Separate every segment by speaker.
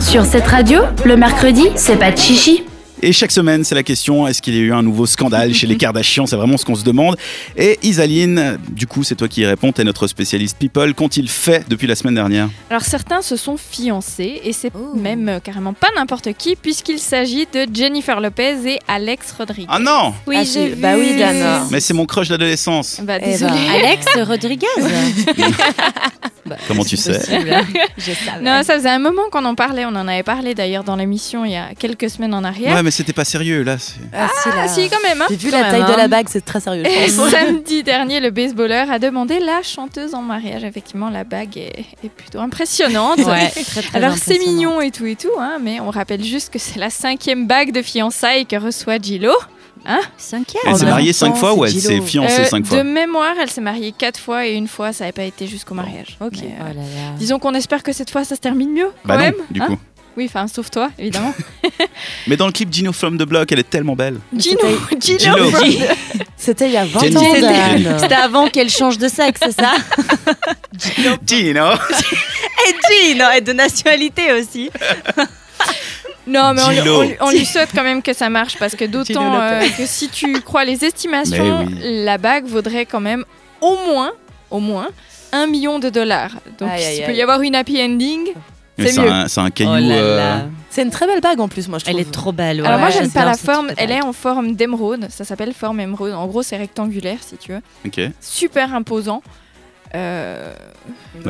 Speaker 1: Sur cette radio, le mercredi, c'est pas de chichi.
Speaker 2: Et chaque semaine, c'est la question est-ce qu'il y a eu un nouveau scandale chez les Kardashians C'est vraiment ce qu'on se demande. Et Isaline, du coup, c'est toi qui y réponds. T'es notre spécialiste people. Qu'ont-ils fait depuis la semaine dernière
Speaker 3: Alors certains se sont fiancés et c'est
Speaker 4: Oh.
Speaker 3: même euh, carrément pas n'importe qui puisqu'il s'agit de Jennifer Lopez et Alex Rodriguez.
Speaker 2: Ah non
Speaker 5: Ah,
Speaker 4: Oui, j'ai
Speaker 5: c'est-
Speaker 4: vu.
Speaker 5: bah oui, Dana.
Speaker 2: Mais c'est mon crush d'adolescence.
Speaker 3: Bah
Speaker 5: Eh ben,
Speaker 3: désolé.
Speaker 4: Alex Rodriguez. Bah,
Speaker 2: Comment tu
Speaker 4: c'est
Speaker 2: sais
Speaker 4: possible, hein. Je savais.
Speaker 3: Non, ça faisait un moment qu'on en parlait. On en avait parlé d'ailleurs dans l'émission il y a quelques semaines en arrière.
Speaker 2: Ouais, mais c'était pas sérieux là. c'est-
Speaker 5: Ah, si,
Speaker 3: Ah
Speaker 5: là.
Speaker 3: si, quand même. hein.
Speaker 5: J'ai vu
Speaker 4: Quand
Speaker 5: la taille
Speaker 4: même,
Speaker 5: de
Speaker 4: hein.
Speaker 5: la bague, c'est très sérieux.
Speaker 3: Et
Speaker 5: je pense.
Speaker 3: samedi dernier, le baseballeur a demandé la chanteuse en mariage. Effectivement, la bague est, est plutôt impressionnante.
Speaker 4: Ouais, très, très
Speaker 3: Alors c'est
Speaker 4: impressionnant.
Speaker 3: mignon et tout et tout, hein, mais on rappelle juste que c'est la cinquième bague de fiançailles que reçoit Gillo.
Speaker 4: Cinquième.
Speaker 2: Elle
Speaker 5: en
Speaker 2: s'est
Speaker 5: même
Speaker 2: mariée cinq
Speaker 5: temps,
Speaker 2: fois
Speaker 5: c'est
Speaker 2: ou elle
Speaker 5: Gillo.
Speaker 2: s'est fiancée
Speaker 3: Euh,
Speaker 2: cinq fois
Speaker 3: De mémoire, elle s'est mariée quatre fois et une fois, ça n'avait pas été jusqu'au mariage.
Speaker 5: ok.
Speaker 3: Mais,
Speaker 4: Oh
Speaker 3: euh,
Speaker 4: là là.
Speaker 3: Disons qu'on espère que cette fois, ça se termine mieux quand
Speaker 2: Bah non,
Speaker 3: même.
Speaker 2: du
Speaker 3: hein.
Speaker 2: coup.
Speaker 3: oui, enfin, sauf toi, évidemment.
Speaker 2: Mais dans le clip Gino from the Block, elle est tellement belle.
Speaker 3: Gino, Gino,
Speaker 2: Gino.
Speaker 5: C'était il y a 20
Speaker 2: Jenny.
Speaker 5: ans,
Speaker 2: Jenny.
Speaker 5: Dan.
Speaker 4: C'était avant qu'elle change de sexe, c'est ça
Speaker 2: Gino
Speaker 4: Et Jean, hein, et de nationalité aussi.
Speaker 3: Non, mais on lui-
Speaker 2: Gino.
Speaker 3: on, lui- on lui souhaite quand même que ça marche parce que d'autant
Speaker 5: Gino
Speaker 3: euh, que si tu crois les estimations,
Speaker 2: Mais
Speaker 3: la bague vaudrait quand même au moins, au moins, un million de dollars. Donc
Speaker 5: Aïe, aïe,
Speaker 3: il peut
Speaker 5: aïe.
Speaker 3: y avoir une happy ending.
Speaker 2: Mais
Speaker 3: C'est
Speaker 2: C'est
Speaker 3: mieux.
Speaker 2: un, c'est un caillou.
Speaker 4: oh là
Speaker 2: euh,
Speaker 4: là.
Speaker 5: C'est une très belle bague en plus, moi je trouve.
Speaker 4: Elle est trop belle. ouais.
Speaker 3: Alors moi
Speaker 4: Ouais,
Speaker 3: j'aime pas
Speaker 4: j'adore
Speaker 3: la
Speaker 4: cette
Speaker 3: forme,
Speaker 4: petite
Speaker 3: elle
Speaker 4: bague.
Speaker 3: est en forme d'émeraude, ça s'appelle forme émeraude, en gros c'est rectangulaire si tu veux,
Speaker 2: Ok. Ouais,
Speaker 3: super imposant. Euh,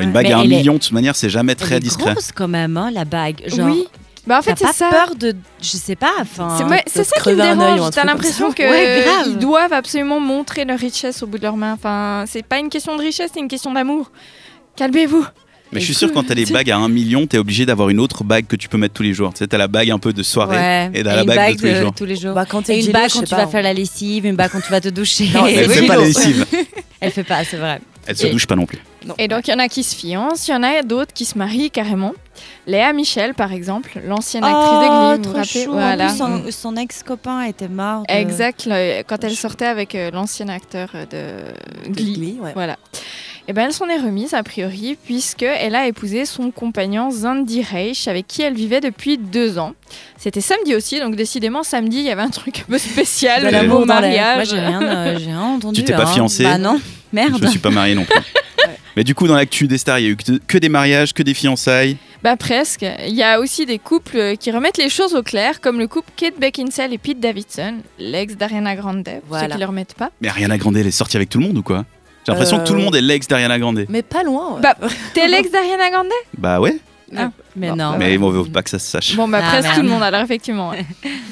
Speaker 2: Une bague
Speaker 4: Mais
Speaker 2: à un
Speaker 4: elle est-
Speaker 2: million, de toute manière, c'est jamais
Speaker 4: elle
Speaker 2: très
Speaker 4: est
Speaker 2: discret.
Speaker 4: grosse quand même, hein, la bague. Genre,
Speaker 3: oui, bah en fait
Speaker 4: t'as
Speaker 3: c'est ça.
Speaker 4: pas peur de, je sais pas, enfin.
Speaker 3: C'est moi-
Speaker 5: de
Speaker 3: c'est ça
Speaker 5: te
Speaker 3: qui me
Speaker 5: crever un œil ou un
Speaker 3: dérange.
Speaker 5: truc
Speaker 3: T'as
Speaker 5: comme
Speaker 3: l'impression
Speaker 5: ça.
Speaker 3: que
Speaker 4: Ouais,
Speaker 3: euh,
Speaker 4: grave.
Speaker 3: ils doivent absolument montrer leur richesse au bout de leurs mains. Enfin, c'est pas une question de richesse, c'est une question d'amour. Calmez-vous.
Speaker 2: Mais je suis sûr, quand t'as les bagues à un million, t'es obligé d'avoir une autre bague que tu peux mettre tous les jours. Tu sais, t'as la bague un peu de soirée.
Speaker 4: Ouais.
Speaker 2: et dans la
Speaker 4: une euh,
Speaker 2: bague de tous les jours.
Speaker 5: Bah, quand t'es
Speaker 4: Et une
Speaker 5: Gillo,
Speaker 4: bague
Speaker 5: je
Speaker 4: quand
Speaker 5: sais
Speaker 4: tu
Speaker 5: pas,
Speaker 4: vas
Speaker 5: hein.
Speaker 4: faire la lessive, une bague quand tu vas te doucher.
Speaker 5: Non,
Speaker 2: Elle
Speaker 5: Oui,
Speaker 2: fait pas
Speaker 5: non.
Speaker 2: la lessive.
Speaker 4: Elle fait pas, c'est vrai.
Speaker 2: Elle se
Speaker 3: Et-
Speaker 2: douche pas non plus.
Speaker 3: Et donc, il y en a qui se fiancent, il y en a d'autres qui se marient carrément. Léa Michel, par exemple, l'ancienne actrice de Glee, vous vous
Speaker 4: Oh, trop
Speaker 3: rappelez
Speaker 4: chaud. En
Speaker 3: Voilà. Mm.
Speaker 4: plus, hein. son, son ex-copain était mort. de-
Speaker 3: Exact, le- quand elle sortait avec euh, l'ancien acteur euh, de Glee.
Speaker 5: Glee, ouais.
Speaker 3: Voilà. Et ben elle s'en est remise a priori puisque elle a épousé son compagnon Zandy Reich avec qui elle vivait depuis deux ans. C'était samedi aussi donc décidément samedi il y avait un truc un peu spécial
Speaker 2: De
Speaker 3: le
Speaker 2: l'amour
Speaker 3: mot
Speaker 4: dans
Speaker 3: mariage.
Speaker 4: l'air. Moi, j'ai rien, euh, j'ai rien entendu.
Speaker 2: t'es pas
Speaker 4: hein.
Speaker 2: fiancée
Speaker 4: Bah non, merde.
Speaker 2: Je me suis pas mariée non plus. Mais du coup, dans l'actu des stars, il y a eu que que des mariages, que des fiançailles.
Speaker 3: Bah presque. Il y a aussi des couples euh, qui remettent les choses au clair comme le couple Kate Beckinsale et Pete Davidson, l'ex d'Ariana Grande, pour
Speaker 5: Voilà.
Speaker 3: ceux qui le remettent pas.
Speaker 2: Mais Ariana Grande, elle est sortie avec tout le monde ou quoi J'ai l'impression que tout le
Speaker 5: Euh,
Speaker 2: monde est l'ex d'Ariana Grande.
Speaker 5: Mais pas loin. ouais.
Speaker 3: Bah, T'es l'ex d'Ariana Grande
Speaker 2: Bah ouais,
Speaker 4: Mais
Speaker 5: Bon,
Speaker 4: non.
Speaker 2: mais bon, faut pas que ça se sache.
Speaker 3: Bon, bah,
Speaker 4: Ah,
Speaker 3: presque
Speaker 4: merde.
Speaker 3: tout le monde, alors effectivement. ouais.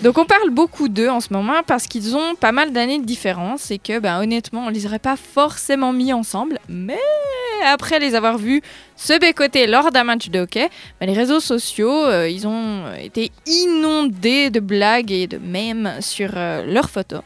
Speaker 3: Donc, on parle beaucoup d'eux en ce moment parce qu'ils ont pas mal d'années de différence et que, bah, honnêtement, on les aurait pas forcément mis ensemble. Mais après les avoir vus se bécoter lors d'un match de hockey, bah, les réseaux sociaux, euh, ils ont été inondés de blagues et de mèmes sur euh, leurs photos.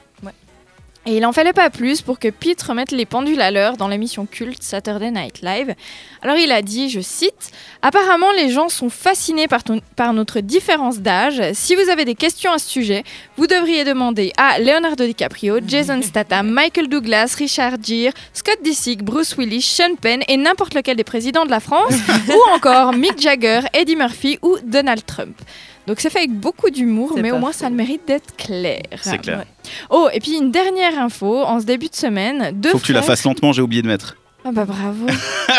Speaker 3: Et il en fallait pas plus pour que Pete remette les pendules à l'heure dans l'émission culte Saturday Night Live. Alors il a dit, je cite, Apparemment les gens sont fascinés par, ton- par notre différence d'âge. Si vous avez des questions à ce sujet, vous devriez demander à Leonardo DiCaprio, Jason Statham, Michael Douglas, Richard Gere, Scott Disick, Bruce Willis, Sean Penn et n'importe lequel des présidents de la France, ou encore Mick Jagger, Eddie Murphy ou Donald Trump. Donc c'est fait avec beaucoup d'humour,
Speaker 5: C'est
Speaker 3: mais au
Speaker 5: pas
Speaker 3: moins
Speaker 5: faux.
Speaker 3: ça a le mérite d'être clair.
Speaker 2: C'est clair.
Speaker 3: Oh, et puis une dernière info, en ce début de semaine, deux
Speaker 2: Faut que tu la
Speaker 3: frères-
Speaker 2: fasses lentement, j'ai oublié de mettre.
Speaker 3: Ah bah bravo.
Speaker 4: Ah.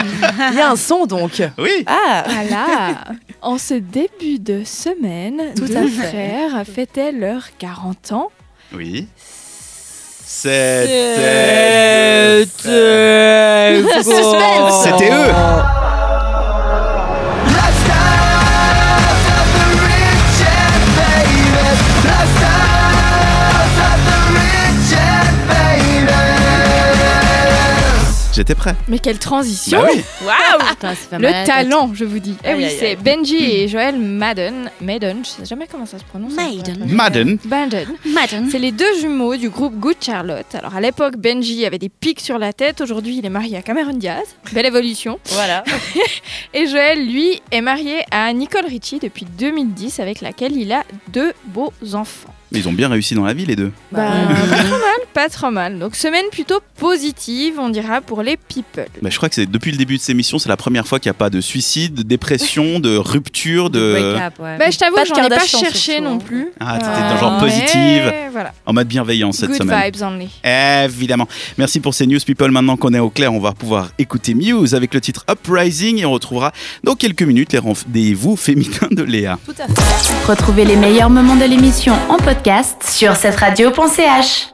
Speaker 5: Il y a un son donc.
Speaker 2: Oui
Speaker 5: Ah
Speaker 3: Voilà. en ce début de semaine,
Speaker 5: Tout à
Speaker 3: deux
Speaker 5: fait.
Speaker 3: frères fêtaient leurs 40 ans.
Speaker 2: Oui.
Speaker 4: C'est-
Speaker 5: Le
Speaker 4: Bah,
Speaker 5: suspense
Speaker 2: Euh, C'était
Speaker 4: oh.
Speaker 2: eux J'étais prêt.
Speaker 3: Mais quelle transition
Speaker 2: Bah oui.
Speaker 3: Waouh
Speaker 4: Putain, ça fait mal à
Speaker 3: Le
Speaker 4: la tête.
Speaker 3: talent, je vous dis. Eh
Speaker 5: Aïe,
Speaker 3: oui,
Speaker 5: aïe,
Speaker 3: c'est
Speaker 5: aïe.
Speaker 3: Benji et Joël Madden. Madden, je sais jamais comment ça se prononce.
Speaker 4: Madden.
Speaker 2: Madden.
Speaker 3: Madden.
Speaker 4: Madden.
Speaker 3: C'est les deux jumeaux du groupe Good Charlotte. Alors à l'époque, Benji avait des pics sur la tête. Aujourd'hui, il est marié à Cameron Diaz. Belle évolution.
Speaker 5: Voilà.
Speaker 3: Et Joël, lui, est marié à Nicole Richie depuis 2010, avec laquelle il a deux beaux enfants.
Speaker 2: Mais ils ont bien réussi dans la vie, les deux.
Speaker 3: Bah, pas trop mal, pas trop mal. Donc semaine plutôt positive, on dira pour les people.
Speaker 2: Bah, je crois que c'est depuis le début de ces missions, c'est la première fois qu'il n'y a pas de suicide, de dépression, de rupture, de.
Speaker 4: Break-up, ouais.
Speaker 3: Bah, je t'avoue,
Speaker 5: Pas de
Speaker 3: j'en ai pas
Speaker 5: Kardashian,
Speaker 3: cherché
Speaker 5: surtout,
Speaker 3: non
Speaker 5: hein.
Speaker 3: plus.
Speaker 2: Ah, t'étais
Speaker 3: Euh,
Speaker 2: dans genre positive,
Speaker 3: mais Voilà.
Speaker 2: en mode bienveillance cette
Speaker 3: Good
Speaker 2: semaine.
Speaker 3: vibes only.
Speaker 2: Évidemment. Merci pour ces news, people. Maintenant qu'on est au clair, on va pouvoir écouter Muse avec le titre Uprising et on retrouvera dans quelques minutes les rendez-vous féminins de Léa.
Speaker 5: Tout à fait.
Speaker 1: Retrouvez les meilleurs moments de l'émission en podcast sur cette radio.ch.